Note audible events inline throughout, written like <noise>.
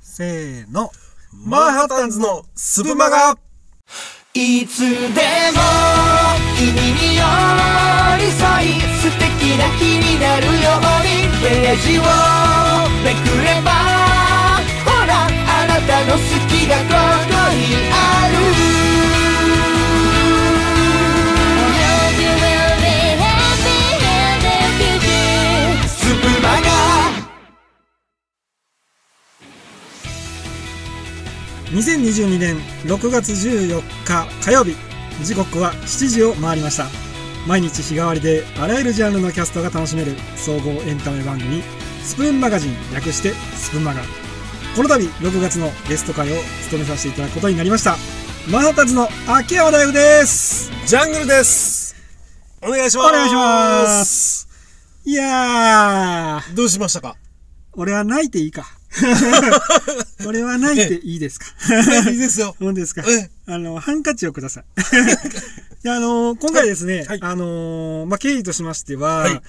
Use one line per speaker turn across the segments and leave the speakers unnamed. せーの。
マンハッタンズのスプマガ
いつでも君に寄り添い素敵な日になるようにページをめくればほらあなたの好きがここにある
You will be happy in the future.
スプマガ
2022年6月14日火曜日。時刻は7時を回りました。毎日日替わりであらゆるジャンルのキャストが楽しめる総合エンタメ番組、スプーンマガジン略してスプーンマガ。この度6月のゲスト会を務めさせていただくことになりました。マンハッタンズの秋山大夫です。
ジャングルですお願いします
お願いしますいやー、
どうしましたか
俺は泣いていい
<laughs>
か。俺は泣いていいですか。
いい
<laughs>
ですよ。
何ですか
え。
あの、ハンカチをくださ
<laughs>
い。いやあのー今回ですね、
はいはい
あのーまあ、経緯としましては、
はい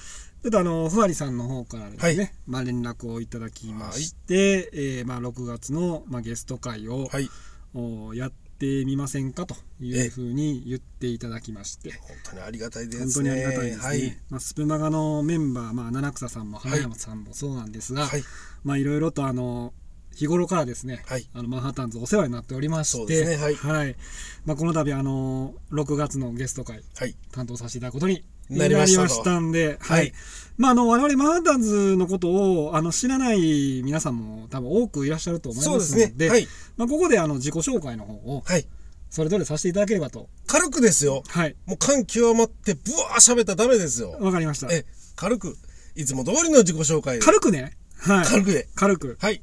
ちょっとあの、ふわりさんの方からですね、
はい
まあ、連絡をいただきまして、えーまあ、6月の、まあ、ゲスト会を、
はい。
おやってみませんかというふうに言っていただきまして、
本当にありがたいで
本
す
当に
ね。
ありがたいですね。まあ、スプマガのメンバー、まあ、七草さんも
い
花山さんもそうなんですが、
はい。はい。
まあ、いろいろとあの日頃からですね、
はい
あのマンハッタンズお世話になっておりまして
そうですねはい
まあ、この度あの6月のゲスト会
はい。
担当させていただくことにな
な
り
り
ま
ましたと
したんで、は
はいい
まあ、あの我々マンハッタンズのことをあの知らない皆さんも多分多くいらっしゃると思い
そう
ま
ですす
ので
ね。はい。
まあ、ここであの自己紹介の方を
はい。
それぞれさせていただければと
軽くですよ。
はい
もう感極まって、ぶわー喋ったらダメですよ。
わかりました
え、軽く。いつも通りの自己紹介で。
軽くね、はい、
軽くで。
軽く、
はい。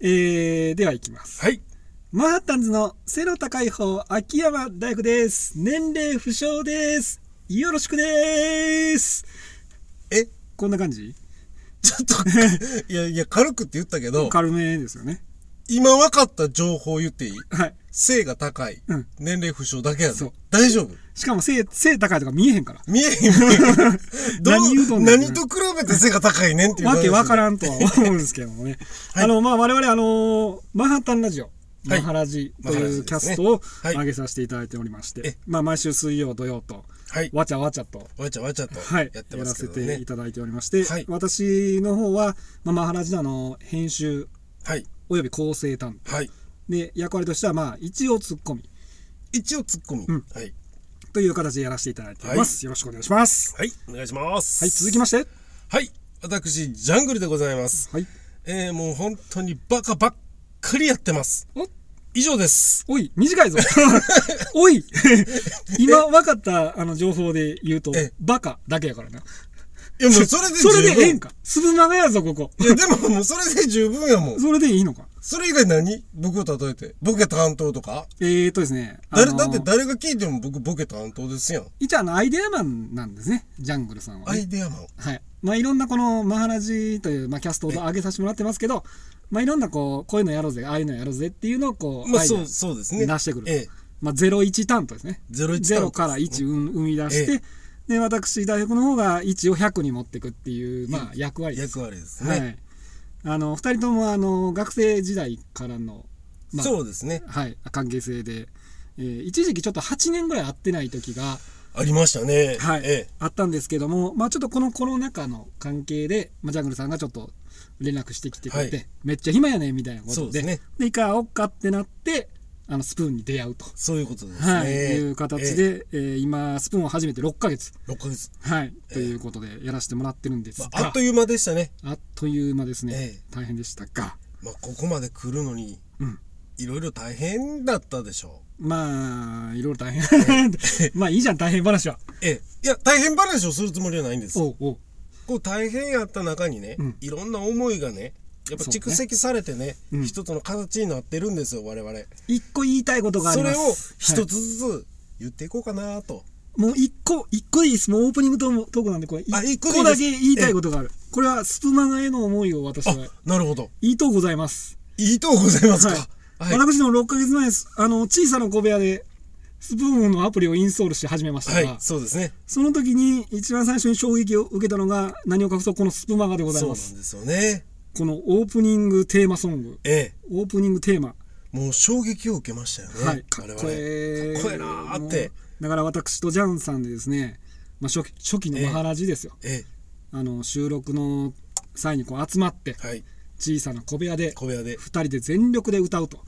えー、ではいきます
はい。
マンハッタンズの背の高い方、秋山大工です。年齢不詳です。よろしくです。
え、
こんな感じ
ちょっと、
<laughs>
いやいや、軽くって言ったけど、
軽めですよね。
今分かった情報言っていい
はい。
性が高い。
うん
年齢不詳だけや
そう
ぞ。大丈夫
しかも背、背高いとか見えへんから。
見えへん見えへん <laughs> どう
<laughs> 何言うとんねん
何と比べて背が高いねんっていう話
わけわからんとは思うんですけどもね。
はい
あの、まあ、我々、あのーマンハッタンラジオ、マ
はい
ハラジというキャストを
はい
上げさせていただいておりまして、
え
まあ、毎週水曜、土曜と、
はい
わちゃわちゃと、
わちゃわちゃと
はい、
や
や
ってま
ら
す
せ
けどね
ていただいておりまして、
はい
私の方は、まあ、マハラジのあの編集
はい
および構成担当
はい
で役割としてはまあ一応ツッコミ
一応ツッコミ、
うん
はい
という形でやらせていただいております、よろしくお願いします
はいお願いします
はい続きまして
はい私ジャングルでございます
はい
えー、もう本当にバカばっかりやってます
お
以上です
おい短い
<laughs>
ぞおい <laughs> 今分かったあの情報で言うと
え
バカだけやからない
やもう <laughs> それで十
そ
分
れでええんかすぶまがやぞここ
いやでももうそれで十分やもん
それでいいのか
それ以外何僕を例えてボケ担当とか
えーとですねあ
誰、
の
だって誰が聞いても僕ボケ担当ですやん
一応あのアイデアマンなんですねジャングルさんは
ア
ね、
イデアマン
はい。まあ、いろんなこの、マハラジという、まあ、キャストを上げさせてもらってますけど、まあ、いろんなこう、こういうのやろうぜ、ああいうのやろうぜっていうのをこう、
まあ
アイデア
そうそうですね
出してくる。
ええ
まあ、01担当ですね。
01担当
0から1うん生み出して、
え
で、私、大学の方が1を100に持っていくっていう、まあ、役割です。
役割ですね、
はい。あの、二人とも、あの、学生時代からの、まあ、
そうですね
はい、関係性で、えー一時期ちょっと8年ぐらい会ってない時が、
ありましたね
はい、
ええ
あったんですけども、まあ、ちょっとこのコロナ禍の関係で、まあ、ジャングルさんがちょっと連絡してきてくれて、
はい
めっちゃ暇やねみたいなこ
そ
と
う
で
ですね
でいかがおっかってなってあのスプーンに出会うと、
そういうことですね、
はいいう形
え
で、えー今スプーンを始めて6ヶ月、
え6ヶ月、
はいということでやらせてもらってるんですが、
あ、っという間でしたね、
あっという間ですね、
え
大変でしたが
まあ、ここまで来るのに、
うん
いろいろ大変だったでしょ
まあいろいろ大変 <laughs> まあいいじゃん大変話
<laughs>
は
うええいや大変話をするつもりはないんです
おうおう
こう大変やった中にね、
うん
いろんな思いがねやっぱ
そうね
蓄積されてね
うん
一つの形になってるんですよ我々
一個言いたいことがあ
そ
りま
れ
す
を
はい
一つずつ言っていこうかなと、
もう一個、一個でいいです。もうオープニングトークなんで、これ、
あ
一
一個
個だけ
でいいです
言いたいことがある。これはスプマガへの思いを私は、
あなるほど
いいとうございます。
いいとうございますか、
はい。
はい
私の6ヶ月前です、あの、小さな小部屋で、スプーンのアプリをインストールして始めました
はい
が、
そうですね
その時に一番最初に衝撃を受けたのが、何を隠そうこのスプマガでござい
そう
ま
なん
す。
ですよね
このオープニングテーマソング
ええ
オープニングテーマ、
もう衝撃を受けましたよね、
はいかっこええ
かっこええなーって
もうだから私とジャンさんでですね、まあ、初期初期の
ええ
マハラジですよ、
え
あの収録の際にこう集まって
えはい
小さな小部屋で
小部屋で、
2人で全力で歌うと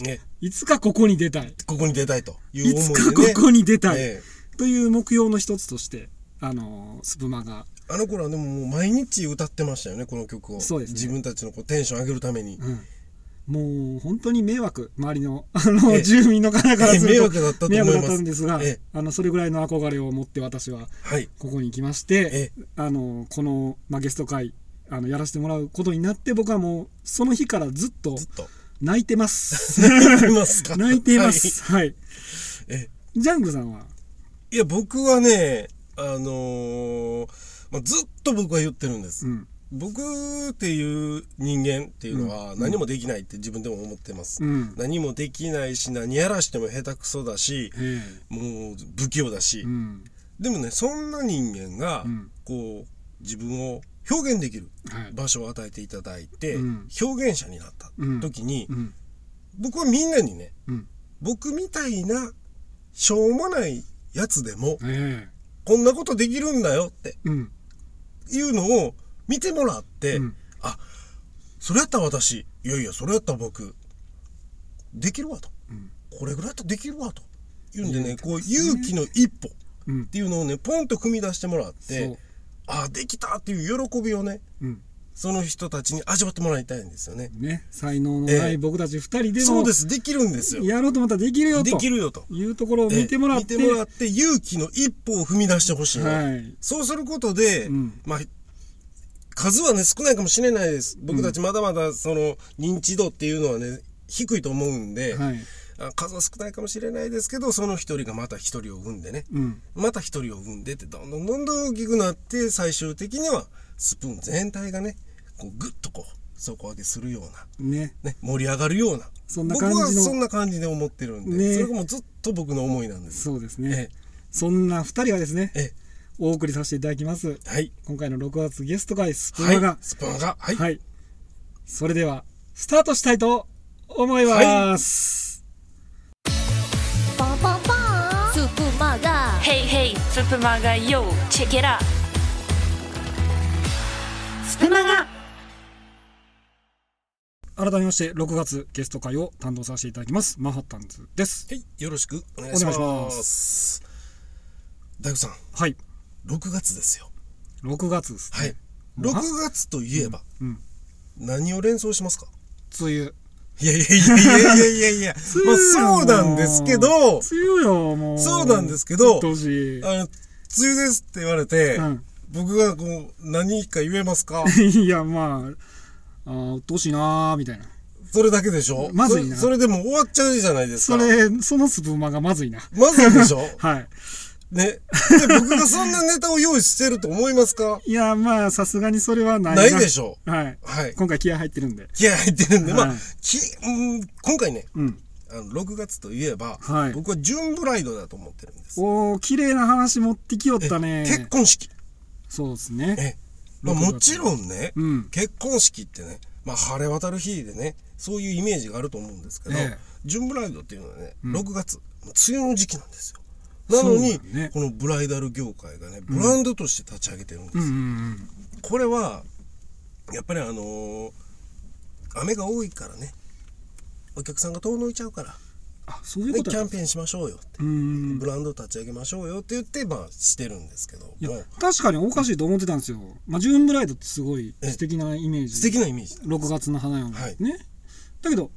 ね、
いつかここに出たい
ここに出たいとい
いう
思い
つ
で、
か
ね、
ここに出たい、
ええ
という目標の一つとしてあのスプマが
あの頃はでももう毎日歌ってましたよねこの曲を
そうですね
自分たちのこうテンション上げるために、
もう本当に迷惑周りのあの、
ええ
住民の方からすると
ええ迷惑だったと思います
迷惑だったんですが、
ええ
あのそれぐらいの憧れを持って私は
はい
ここに来まして
え、
あのこの、まあ、ゲスト会あのやらせてもらうことになって僕はもうその日からずっと
ずっと
泣いて
<laughs>
ます。
泣いてます
<laughs>
か
泣いています。はい、
え
ジャングさんは、
いや僕はねあのーまあ、ずっと僕は言ってるんです、
うん
僕っていう人間っていうのは何もできないって自分でも思ってます、
うん
何もできないし何やらしても下手くそだし
ええ
もう不器用だし、
うん
でもねそんな人間が
ん
こう自分を表現できる
はい
場所を与えていただいて、
うん
表現者になった時に、
うん
僕はみんなにね
うん
僕みたいなしょうもないやつでも
え
こんなことできるんだよって
えうん
いうのを見てもらって、
うん
あそれやったら私いやいやそれやったら僕できるわと、これぐらいやったらできるわというんでねこう勇気の一歩
うん
っていうのをねポンと踏み出してもらっ
そ
て
う
あできたっていう喜びをね
うん
その人たちに味わってもらいたいんですよね。
ね才能のな
え
い
え
僕たち2人で
そう
も
ですできるんですよ。
やろうと思ったらできるよ
で
と
きるよと。
いうところを見てもらって
見てもらって勇気の一歩を踏み出してほしいな、
はい
そうすることで、
うん
まあ数はね少ないかもしれないです僕たちまだまだその認知度っていうのはね低いと思うんで、
はい
あ数は少ないかもしれないですけどその一人がまた一人を生んでね、
うん
また一人を生んでってどんどんどんどん大きくなって最終的にはスプーン全体がねこうグッとこう底上げするような
ね
ね、盛り上がるような
そんな感じの
僕はそんな感じで思ってるんで、
ね
それがもうずっと僕の思いなんです。
そうですね
え
そんな2人がですね
え
お送りさせていただきます
はい、
今回の6月ゲスト会スプ
は
ー
い、
ンが
スプーンが、はい、
はいそれではスタートしたいと思います
パンパンパンスプマガ
Hey hey, スプマガ Yo, check it out. スプマガ
改めまして6月ゲスト会を担当させていただきますマンハッタンズです
はいよろしくお願いしま。
お願いします
大工さん、
はい
6月ですよ。
6月です
はい、6月といえば、
うんうん
何を連想しますか
梅雨
いやいやいやいやい
<laughs>
やいや、まあ、そうなんですけど、
梅雨よもう
そうなんですけど
どうしい
あの梅雨ですって言われて、
うん
僕がこう何か言えますか
<laughs> いやまああーうっとうしいなーみたいな
それだけでしょ
まずいな
それそれでもう終わっちゃうじゃないです
そ
か。
れそのスプマがまずいな
まずいでしょ
はい
ね。で、僕がそんなネタを用意してると思いますか
いやまあさすがにそれはない
ないでしょ
うはい、
はい
今回気合入ってるんで
気合入ってるんで、まあ
はい、
き、うん、今回ね、
うん
あの、6月といえば、
はい
僕はジューンブライドだと思ってるんです。
おー綺麗な話持ってきよったね
結婚式。
そうですね
え、まあ、
6月
もちろんね、
うん
結婚式ってね、まあ、晴れ渡る日でね、そういうイメージがあると思うんですけど、
ええ
ジューンブライドっていうのはね、6月、もう梅雨の時期なんですよ。なのに、
そうだね
このブライダル業界がね、ブランドとして立ち上げてるんです
う。んうん
これはやっぱりあのー雨が多いからねお客さんが遠のいちゃうから
あそういう
で
こと
キ
や
ャ
っ
ン
た
ペーンしましょうよって
うーん
ブランド立ち上げましょうよって言ってまあしてるんですけど
いや
もう
確かにおかしいと思ってたんですよ、まあ、ジューンブライドってすごい素敵なイメージ
素敵なイメージ
6月の花やん、
はい
ねだけど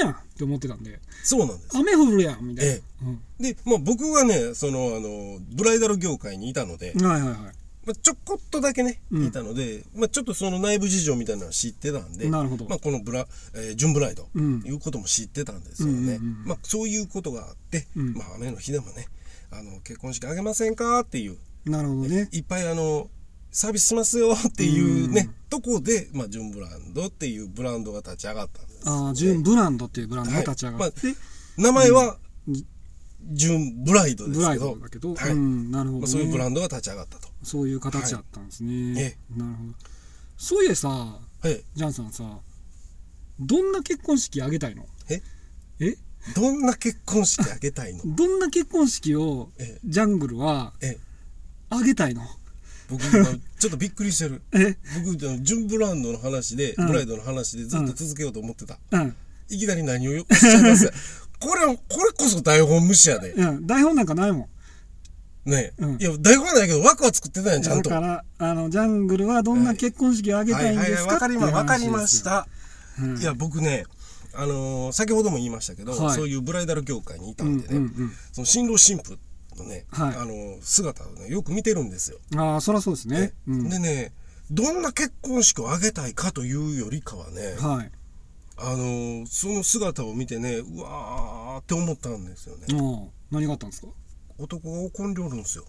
梅雨やんって思ってたんで
そうなんです
雨降るやんみたいな、
え
うん
で、まあ、僕はねそのあのブライダル業界にいたので、
はいはいは
まあ、ちょこっとだけね、
うん
いたので、まあ、ちょっとその内部事情みたいなのは知ってたんで
なるほど
まあ、このブラ、えー、ジュンブライド、
うん
いうことも知ってたんですよね、
うんうんうん
まあ、そういうことがあって、
うん
まあ、雨の日でもねあの結婚式あげませんかっていう
いなるほどね
いっぱいあのサービスしますよっていうね、
うん
とこで、まあ、ジュンブランドっていうブランドが立ち上がったんです、
あージューンブランドっていうブランドが立ち上がって、
はい名前は、ジュンブライドで
ブ
す
ラ
け
イド
ど
だけど、
はい
うん、なるほど、ね
まあ、そういうブランドが立ち上がったと。
そういう形だったんですね、
はいえ
なるほどそういえさ
はい
ジャンさんさどんな結婚式あげたいの
え
え
どんな結婚式あげたいの
どんな結婚式を
え
ジャングルは
え
あげたいの
僕今ちょっとびっくりしてる
え
僕あの純ブランドの話で、
うん
ブライドの話でずっと続けようと思ってた、
うん、
いきなり何をよおっしゃいますこれはこれこそ台本無視やで
うん、台本なんかないもん
ねえ、
うん
いや台本はないけど枠は作ってたんやんちゃん
だ
と
からあのジャングルはどんな結婚式をあげたいんですかっ
わ
て
か
い
り
う
ま
話
わかりまし
で
た、
すよ、うん
いや僕ねあのー先ほども言いましたけど、
はい
そういうブライダル業界にいた
うん
んでね、
うんうん
その新郎新婦のね、
はい
あのー姿をねよく見てるんですよ。
ああそりゃそうですね。うん、
でねどんな結婚式を挙げたいかというよりかはね、
はい。
あのーその姿を見てねうわーって思ったんですよね。
もう何があったんですか。
男が怒んりょるんですよ。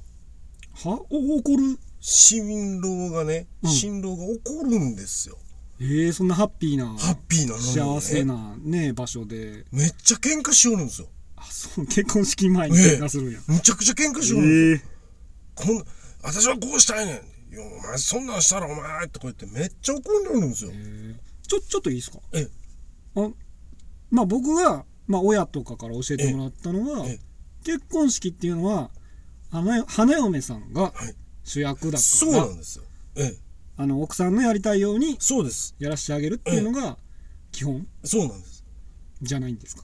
はお怒る。
新郎がね、
うん
新郎が怒るんですよ。
ええそんなハッピーな
ハッピーなのに、ね、
幸せなね場所で。
めっちゃ喧嘩しよるんですよ。
あそう結婚式前に喧嘩するんや。
むちゃくちゃ喧嘩しよるんですよ
ええ
こんな私はこうしたいねんいやお前そんなんしたらお前ってこうやってめっちゃ怒るんですよ
ちょちょっといいですか。
え
あまあ僕がまあ親とかから教えてもらったのは
ええ
結婚式っていうのは花よ花嫁さんが
はい
主役だか
そう
ら、
なんですよええ
あの奥さんのやりたいように
そうです
やらしてあげるっていうのが基本
そうなんです
じゃないんですか。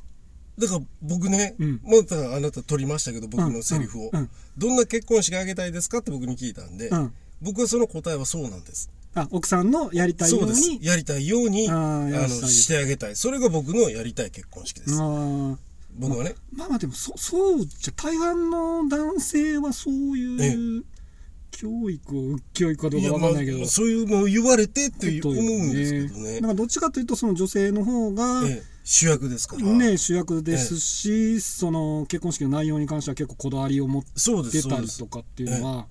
だから僕ね、
うん
またあなた取りましたけど僕のセリフを、
うんうん
どんな結婚式あげたいですかって僕に聞いたんで、
うん。
僕はその答えはそうなんです
あ奥さんのやりたいよ
そううです
に
やりたいように
あ
あ
ーやら
の
せてあげる
してあげたいそれが僕のやりたい結婚式です、
あー
僕はね
まあまあでもそそうじゃ大半の男性はそういう教育を教育かどうかわかんないけど
まあ、そういうのを言われてって
結
思
構いるよ
うん
ね
ですけどね
なんかどっちかというとその女性の方が、
ええ主役ですから
ね主役ですし、その結婚式の内容に関しては結構こだわりを持っ
そうで
て
すそ
た
う
り
です
とかっていうのは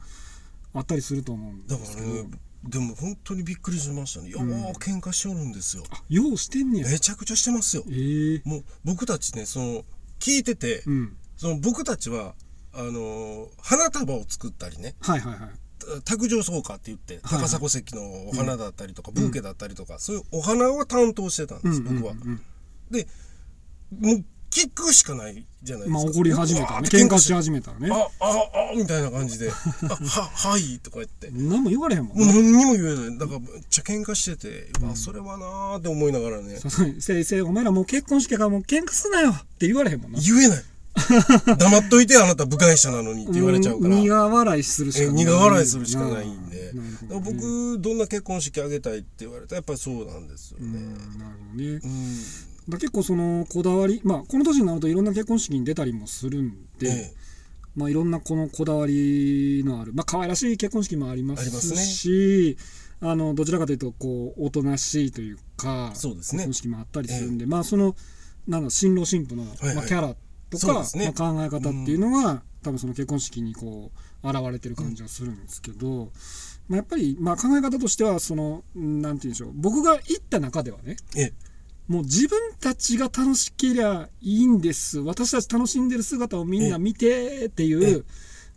あったりすると思うんで
だから
すけど、
ねでも本当にびっくりしましたねよう喧嘩しよるんですよ、
あようしてんねや。
めちゃくちゃしてますよ
えー
もう僕たちねその聞いてて、
うん、
その僕たちはあのー花束を作ったりね
はいはいはい。
た卓上草花って言って
はい
高砂石のお花だったりとか、ブーケだったりとか、そういうお花を担当してたんです、僕は
うんうんうん
でもう聞くしかないじゃないです
ま
か
あ怒り始めたらね喧嘩し始めたらね
あああみたいな
<laughs>
感じで「あははい」とか言って
何も言われへんもん
もう
ね。
何にも言えないだからめっちゃ喧嘩してて、まあそれはなーって思いながらね
さすがにせいせいお前らもう結婚式やからもう喧嘩すなよって言われへんもんな。
言えない黙っといてあなた部外者なのにって言われちゃうから
ん苦笑いするし
え
かない。
苦笑いするしかないんで
なるほど
だから僕どんな結婚式あげたいって言われたらやっぱりそうなんですよ
う
ね
んなるほどね。
うん、
だ結構そのこだわりまあこの年になるといろんな結婚式に出たりもするんで、
ええ
まあいろんなこのこだわりのあるまあ可愛らしい結婚式もありま
ありますすね
し。あのどちらかというとこうおとなしいというか
そうですね
結婚式もあったりするんで、まあそのなんだ新郎新婦の、
はい
まあ、キャラと
そうで
か、
すね
まあ、考え方っていうのが、多分その結婚式にこう現れてる感じはするんですけど、まあ、やっぱり、まあ、考え方としてはそのうんなんて言うんでしょう僕が行った中ではね
ええ
もう自分たちが楽しけりゃいいんです私たち楽しんでる姿をみんな見てっていう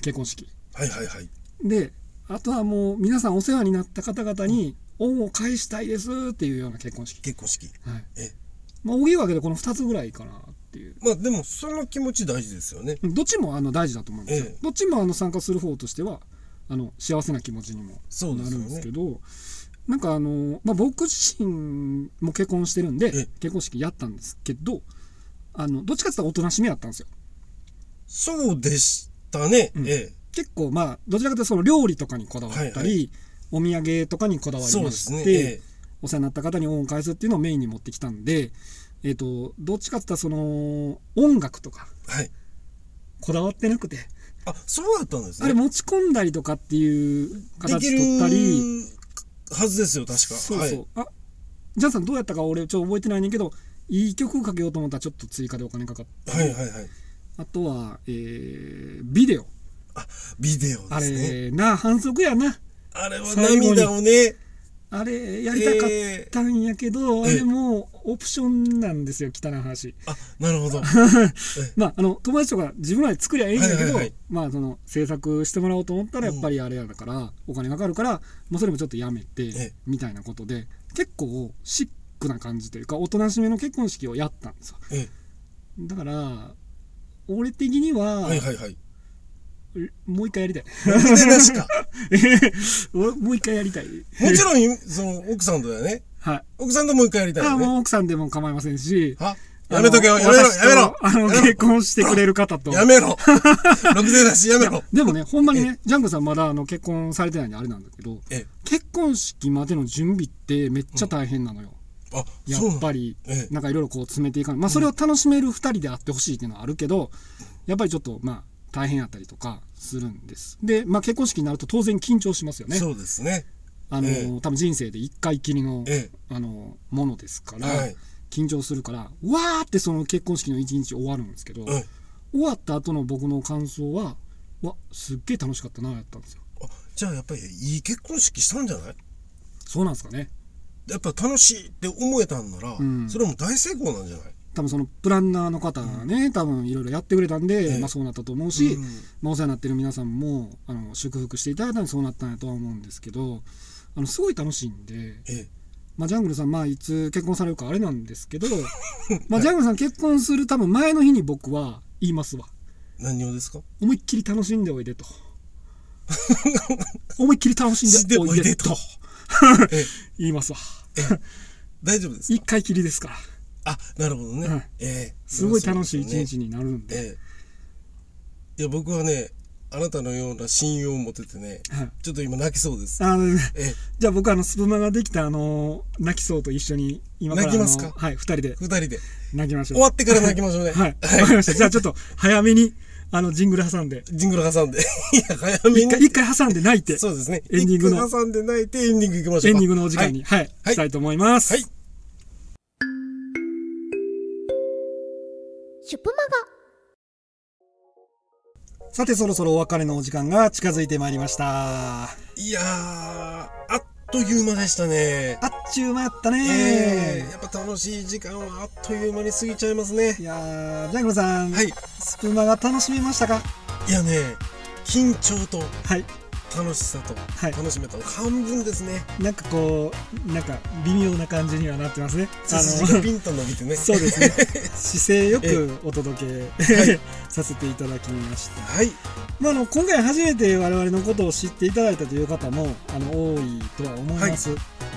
結婚式
はいはいはい
であとはもう皆さんお世話になった方々に恩を返したいですっていうような結婚式、
結婚式
はい
え
まあ、大きいわけでこの2つぐらいかなっていう
まあでもその気持ち大事ですよね
どっちもあの大事だと思うんですよ、
ええ
どっちもあの参加する方としてはあの幸せな気持ちにも
そうで
な
す
る
よ
んですけ
ね
ど、なんかあの、まあ、僕自身も結婚してるんで
ええ
結婚式やったんですけどあのどっちかって言ったらおとなしめやったんですよ
そうでしたね、
うん
え
結構まあどちらかというとその料理とかにこだわったり、
はいは
お土産とかにこだ
え
わり
そう
ま
で
し
す
て、
ねえ
お世話になった方に恩を返すっていうのをメインに持ってきたんで、えっとどっちかって言ったらその音楽とか
えはい
こだわってなくて
あそうだったんです
あれ
ね
持ち込んだりとかっていう
でき
形
る
取ったり。
はずですよ確か
そうそう、あジャンさんどうやったか俺ちょっと覚えてないねんけどいい曲をかけようと思ったらちょっと追加でお金かかって、
はい、はいはいはい
あとは、えービデオ
ビデオ
あ
ですね
れな反則やな
あれは
最後に
涙をね
あれやりたかったんやけど、
えー
あれもオプションなんですよ汚い話
あなるほど
まああの友達とか自分らで作りゃええんやけど、
はいはいはい
まあその制作してもらおうと思ったらやっぱりあれやだから、お金かかるから、まあ、それもちょっとやめて
え
みたいなことで結構シックな感じというかおとなしめの結婚式をやったんですよ <laughs>
え
だから俺的には、
はいはいはい
もう一回やりたい <laughs>
なんでですか
俺もう一回やりたい
もちろんその奥さんとだよね
はい
奥さんともう一回やりたい
あ
よね
もう奥さんでも構いませんし
はやめとけよ
あ
や
の
めろ
私と
やめろ
あの結婚してくれる方と <laughs>
やめろろくでなしやめろ
でもねほんまにねジャンクさんまだあの結婚されてないんであれなんだけど
え
結婚式までの準備ってめっちゃ大変なのよ、
あ
や
そうな
っ
んだ
ぱり
ええ
なんかいろいろこう詰めていかない、まあ、それを楽しめる2人であってほしいっていうのはあるけどやっぱりちょっとまあ大変やったりとかするんですで、まあ、結婚式になると当然緊張しますよね
そうですね
あの、
ええ
多分人生で1回きりの,、
ええ
あのものですから、
はい
緊張するからわーってその結婚式の1日終わるんですけど、
うん
終わった後の僕の感想はわすっげえ楽しかったなやったんですよ
あじゃあやっぱりいい結婚式したんじゃない
そうなんですかね
やっぱ楽しいって思えたんなら、
ん
それも大成功なんじゃない
多分そのプランナーの方がね、多分いろいろやってくれたんで、
え
まあ、そうなったと思うし、
うん
まあ、お世話になってる皆さんもあの祝福していただいたんでそうなったんやとは思うんですけどあのすごい楽しいんで、
え
まあ、ジャングルさん、まあ、いつ結婚されるかあれなんです <laughs> けどまあジャングルさん結婚する多分前の日に僕は言いますわ
何をですか
思いっきり楽しんでおいで <laughs> と思いっきり楽しんでおいでと
え
<laughs> 言いますわ
大丈夫です
一
か
回きりですから
あなるほどね、
はい
ええ
すごい楽しい一日
に、
になるんで
ええいや僕はねあなたのような信用を持ててね、
はい
ちょっと今泣きそうです
あの
え
じゃあ僕あのスプマができたあの泣きそうと一緒に今からあの
泣きますか
はい二人で
二人で
泣きましょう
終わってから泣きましょうね
はいわかりましたじゃあちょっと早めにあのジングル挟んで
ジングル挟んでいや早め
一
に
回一回挟んで泣いて
そうですね
エンディングの
一句挟んで泣いてエンディングいきましょう
エ
か
ンディングのお時間に、
は
はい、
はい
したいと思います。
はい
シュプマ
さて、そろそろお別れのお時間が近づいてまいりました。あ
い、いやーあっという間でしたね
っちゅう間やった
え
ね
えやっぱ楽しい時間はあっという間に過ぎちゃいますね
いやー、ジャングルさん、
はい
スプマが楽しめましたか
いやね緊張と
はい。
楽しさと
はい
楽しめたの半分ですね、
なんかこう、なんか微妙な感じにはなってますね。
背筋がピンと伸びてね
<laughs> そうです
<laughs>
ね。姿勢よくお届け、
はい
させていただきました。
はい
まあ、あの今回初めて我々のことを知っていただいたという方もあの多いとは思います、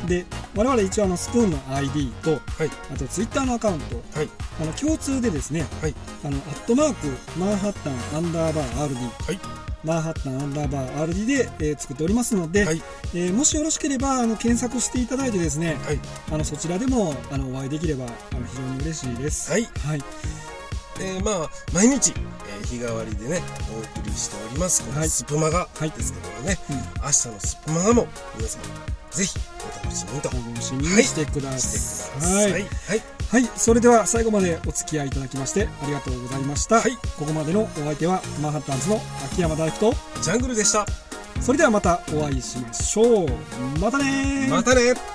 で我々一応あのスプーンの ID と、
はい
あとツイッターのアカウント
はい
あの共通でですね、
はい
あのアットマークマンハッタンアンダーバー RD、
はい
マンハッタンアンダーバー RD で、えー作っておりますので、
はい
えーもしよろしければあの検索していただいてですね
はい
あのそちらでもあのお会いできればあの非常に嬉しいです
はい
はい、
えーまあ毎日、えー日替わりでねお送りしておりますこ
は
の
い
スプマガ
はい
ですけどもね、
うん
明日のスプマガも皆様ぜひお楽しみと
お楽しみに
はい
してくだ
し
さ
てくださ
い
いはい、
はい、それでは最後までお付き合いいただきましてありがとうございました、
はい
ここまでのお相手はマンハッタンズの秋山大福と
ジャングルでした
それではまたお会いしましょうまたねー
またね